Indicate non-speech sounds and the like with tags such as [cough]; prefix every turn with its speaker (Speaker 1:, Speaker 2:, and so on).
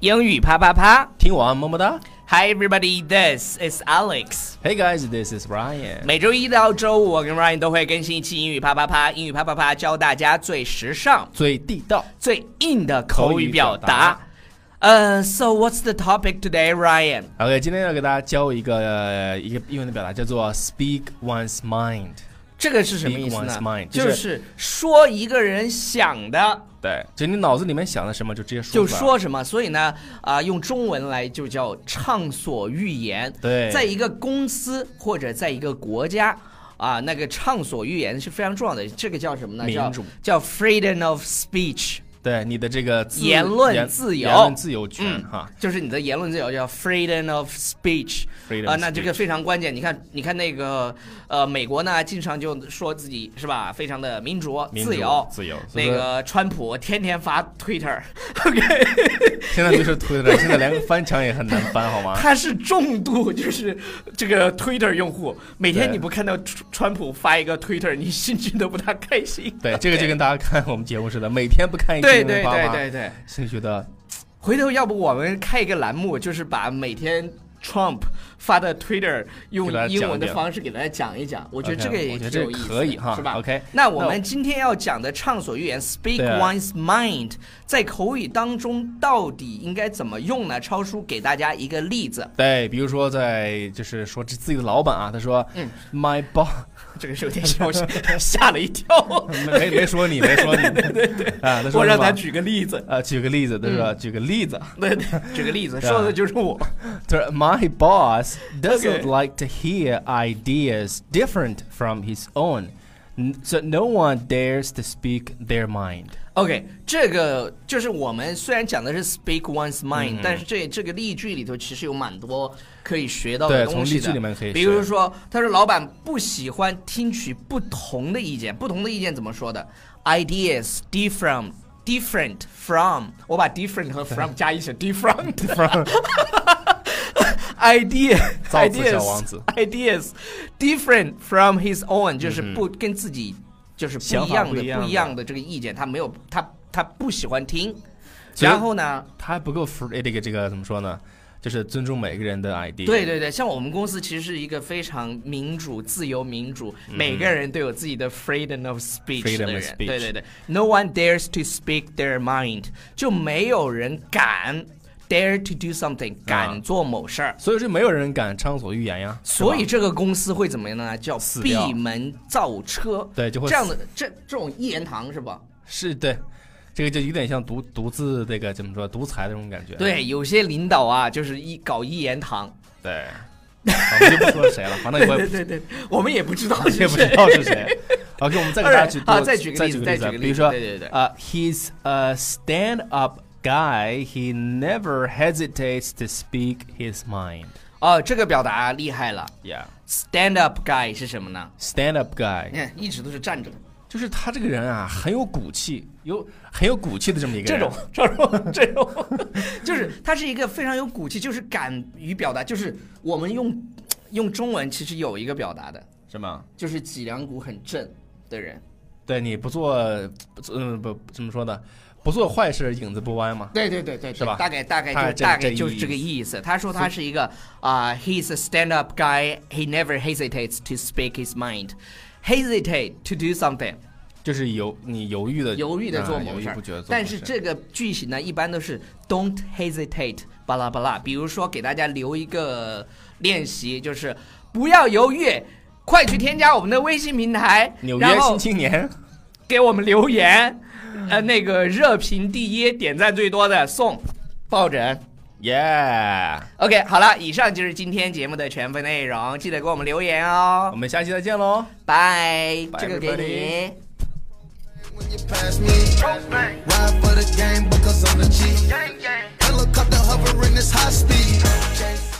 Speaker 1: 英语啪啪啪
Speaker 2: 听完么么哒。
Speaker 1: ！Hi everybody, this is Alex。
Speaker 2: Hey guys, this is Ryan。
Speaker 1: 每周一到周五，我跟 Ryan 都会更新一期英语啪啪啪。英语啪啪啪教大家最时尚、
Speaker 2: 最地道。
Speaker 1: 最硬的口语表
Speaker 2: 口语表
Speaker 1: 达。呃、s o what's the topic today, Ryan？
Speaker 2: OK，今天要给大家教一个、呃一个英文的表达，叫做 speak one's mind。
Speaker 1: 这个是什么意思
Speaker 2: Speak
Speaker 1: 呢
Speaker 2: one's mind，
Speaker 1: 就
Speaker 2: 就是
Speaker 1: 是说一个人想的
Speaker 2: 对，就你脑子里面想的什么，就直接说
Speaker 1: 就
Speaker 2: 出来。
Speaker 1: 说什么，所以呢，啊、用中文来就叫畅所欲言。
Speaker 2: 对
Speaker 1: 在一个公司或者在一个国家。啊，那个畅所欲言是非常重要的，这个叫什么呢？
Speaker 2: 民
Speaker 1: 叫
Speaker 2: 主
Speaker 1: 叫 freedom of speech，
Speaker 2: 对你的这个自
Speaker 1: 言论自由
Speaker 2: 言论自由权、
Speaker 1: 嗯
Speaker 2: 哈。
Speaker 1: 就是你的言论自由，叫 freedom of speech。
Speaker 2: Freedom
Speaker 1: 啊、
Speaker 2: of
Speaker 1: 那这个
Speaker 2: speech
Speaker 1: 非常关键。你看，你看那个呃，美国呢，经常就说自己是吧，非常的民主、
Speaker 2: 民主
Speaker 1: 自由。
Speaker 2: 自由，所以
Speaker 1: 那
Speaker 2: 说
Speaker 1: 个川普天天发 Twitter，
Speaker 2: 现在就是 Twitter，现在连个翻墙也很难翻，
Speaker 1: [laughs]
Speaker 2: 好吗？
Speaker 1: 他是重度就是这个 Twitter 用户，每天
Speaker 2: 对
Speaker 1: 你不看到川川普发一个 Twitter，你心情都不大开 [laughs] 心。
Speaker 2: 对，这个就跟大家看我们节目似的，每天不看一
Speaker 1: 对
Speaker 2: 新
Speaker 1: 对
Speaker 2: 闻八
Speaker 1: 对
Speaker 2: 卦，
Speaker 1: 对对，
Speaker 2: 心里觉得
Speaker 1: 回头要不我们开一个栏目，就是把每天 Trump 发的 Twitter 用
Speaker 2: 给大家讲一
Speaker 1: 英文的
Speaker 2: 遍
Speaker 1: 方式给大家讲一讲，我觉得
Speaker 2: OK，
Speaker 1: 这个也
Speaker 2: 我觉
Speaker 1: 挺
Speaker 2: 得这
Speaker 1: 有
Speaker 2: 个
Speaker 1: 意思的，
Speaker 2: 可以哈
Speaker 1: 是吧
Speaker 2: OK，
Speaker 1: 那
Speaker 2: 那
Speaker 1: 我们今天要讲的畅所欲言 （speak
Speaker 2: 对啊
Speaker 1: one's mind） 在口语当中到底应该怎么用呢？超叔给大家一个例子，
Speaker 2: 对，比如说在就是说自己的老板啊，他说，
Speaker 1: 嗯
Speaker 2: ，My boss， [laughs]
Speaker 1: 这个是有点吓我 [laughs] 吓了一跳。
Speaker 2: 没没说你，没
Speaker 1: [laughs]
Speaker 2: 说你，对对啊，他说
Speaker 1: 我让
Speaker 2: 什么
Speaker 1: 他举个嗯例子，
Speaker 2: 呃，举个例子，他说举个例子， [laughs]
Speaker 1: 对对，举个例子，
Speaker 2: 对啊
Speaker 1: 说的就是我。
Speaker 2: 他说 My boss
Speaker 1: Okay.
Speaker 2: doesn't like to hear ideas different from his own, n- so no one dares to speak their mind.
Speaker 1: OK，这个就是我们虽然讲的是 speak one's mind，、但
Speaker 2: 嗯
Speaker 1: 是这这个例句里头其实有蛮多可以学到的
Speaker 2: 对
Speaker 1: 东西的。
Speaker 2: 从例句里面可以学
Speaker 1: 比如说，他说老板不喜欢听取不同的意见，不同的意见怎么说的？Ideas different different from，我把 different 和 from 加一起，different
Speaker 2: From
Speaker 1: idea
Speaker 2: 造
Speaker 1: [laughs]
Speaker 2: 字
Speaker 1: ideas
Speaker 2: 小王子
Speaker 1: ideas different from his own，就是不跟自己就是不
Speaker 2: 嗯想
Speaker 1: 一
Speaker 2: 法
Speaker 1: 样的
Speaker 2: 不一样的
Speaker 1: 一样的这个意见，他没有他他不喜欢听。
Speaker 2: 所以
Speaker 1: 然后呢？
Speaker 2: 他还不够 free 这个这个怎么说呢？就是尊重每个人的 idea。
Speaker 1: 对对对，像我们公司其实是一个非常民主、自由民主，每个人都有自己的 freedom of speech 的
Speaker 2: 嗯 Freedom of
Speaker 1: 人。
Speaker 2: speech
Speaker 1: 对对对，no one dares to speak their mind，就没有人敢 dare to do something，敢
Speaker 2: 啊
Speaker 1: 做某事儿。
Speaker 2: 所以说没有人敢畅所欲言呀。是吧
Speaker 1: 所以这个公司会怎么样呢？叫
Speaker 2: 死掉
Speaker 1: 闭门造车。
Speaker 2: 对就会
Speaker 1: 这样的这这种一言堂是吧？
Speaker 2: 是对，这个就有点像独独自这个怎么说独裁的那种感觉。
Speaker 1: 对，有些领导啊，就是一搞一言堂。
Speaker 2: 对，我们就不说谁了，反正我
Speaker 1: 对
Speaker 2: 也
Speaker 1: 对对，我 [laughs] 们也不知道
Speaker 2: 我也
Speaker 1: 是
Speaker 2: 不知
Speaker 1: 谁。
Speaker 2: 道是谁。OK，我们再给大家去
Speaker 1: Alright，好
Speaker 2: 多
Speaker 1: 再举
Speaker 2: 举
Speaker 1: 个例子
Speaker 2: 个
Speaker 1: 再
Speaker 2: 例子
Speaker 1: 举
Speaker 2: 啊，
Speaker 1: 个
Speaker 2: 比
Speaker 1: 例
Speaker 2: 如
Speaker 1: 子
Speaker 2: 说，
Speaker 1: 对对对
Speaker 2: 呃，He's a stand-up guy. He never hesitates to speak his mind.
Speaker 1: 哦，这个表达厉害了。
Speaker 2: Yeah,
Speaker 1: Stand up guy 是什么呢？
Speaker 2: stand-up
Speaker 1: 你
Speaker 2: guy
Speaker 1: 看，一直都是站着的。
Speaker 2: 就是他这个人啊，很有骨气，有很有骨气的这么一个
Speaker 1: 这
Speaker 2: 人。
Speaker 1: 种这种 [laughs] 这种，就是他是一个非常有骨气，就是敢于表达。就是我们用用中文其实有一个表达的，
Speaker 2: 什么？
Speaker 1: 就是脊梁骨很正的人。
Speaker 2: 对你不做，不做嗯，不怎么说呢？不做坏事，影子不歪嘛。
Speaker 1: 对对对对，
Speaker 2: 是吧
Speaker 1: 大概大概
Speaker 2: 大概
Speaker 1: 就
Speaker 2: 这
Speaker 1: 大概
Speaker 2: 这
Speaker 1: 就是
Speaker 2: 意
Speaker 1: 这个
Speaker 2: 思
Speaker 1: 意思。他说他是一个啊、h e s a stand-up guy. He never hesitates to speak his mind. Hesitate to do something，
Speaker 2: 就是犹你犹豫的
Speaker 1: 犹豫的做
Speaker 2: 啊
Speaker 1: 某
Speaker 2: 犹豫
Speaker 1: 事儿
Speaker 2: 不决地。做
Speaker 1: 但
Speaker 2: 某
Speaker 1: 是
Speaker 2: 事
Speaker 1: 这个句型呢，一般都是 don't hesitate，巴拉巴拉。比如说，给大家留一个练习，就是不要犹豫，快去添加我们的微信平台，
Speaker 2: 纽
Speaker 1: 然
Speaker 2: 约
Speaker 1: 后
Speaker 2: 新青年，
Speaker 1: 给我们留言，呃，那个热评第一、点赞最多的送抱枕。
Speaker 2: 耶！
Speaker 1: OK，好了，以上就是今天节目的全部内容，记得给我们留言哦，
Speaker 2: 我们下期再见喽。
Speaker 1: 拜，
Speaker 2: Bye,
Speaker 1: 这个给
Speaker 2: everybody
Speaker 1: 你。
Speaker 3: when you pass me. Ride for the game because I'm the G. Helicopter hovering this high speed.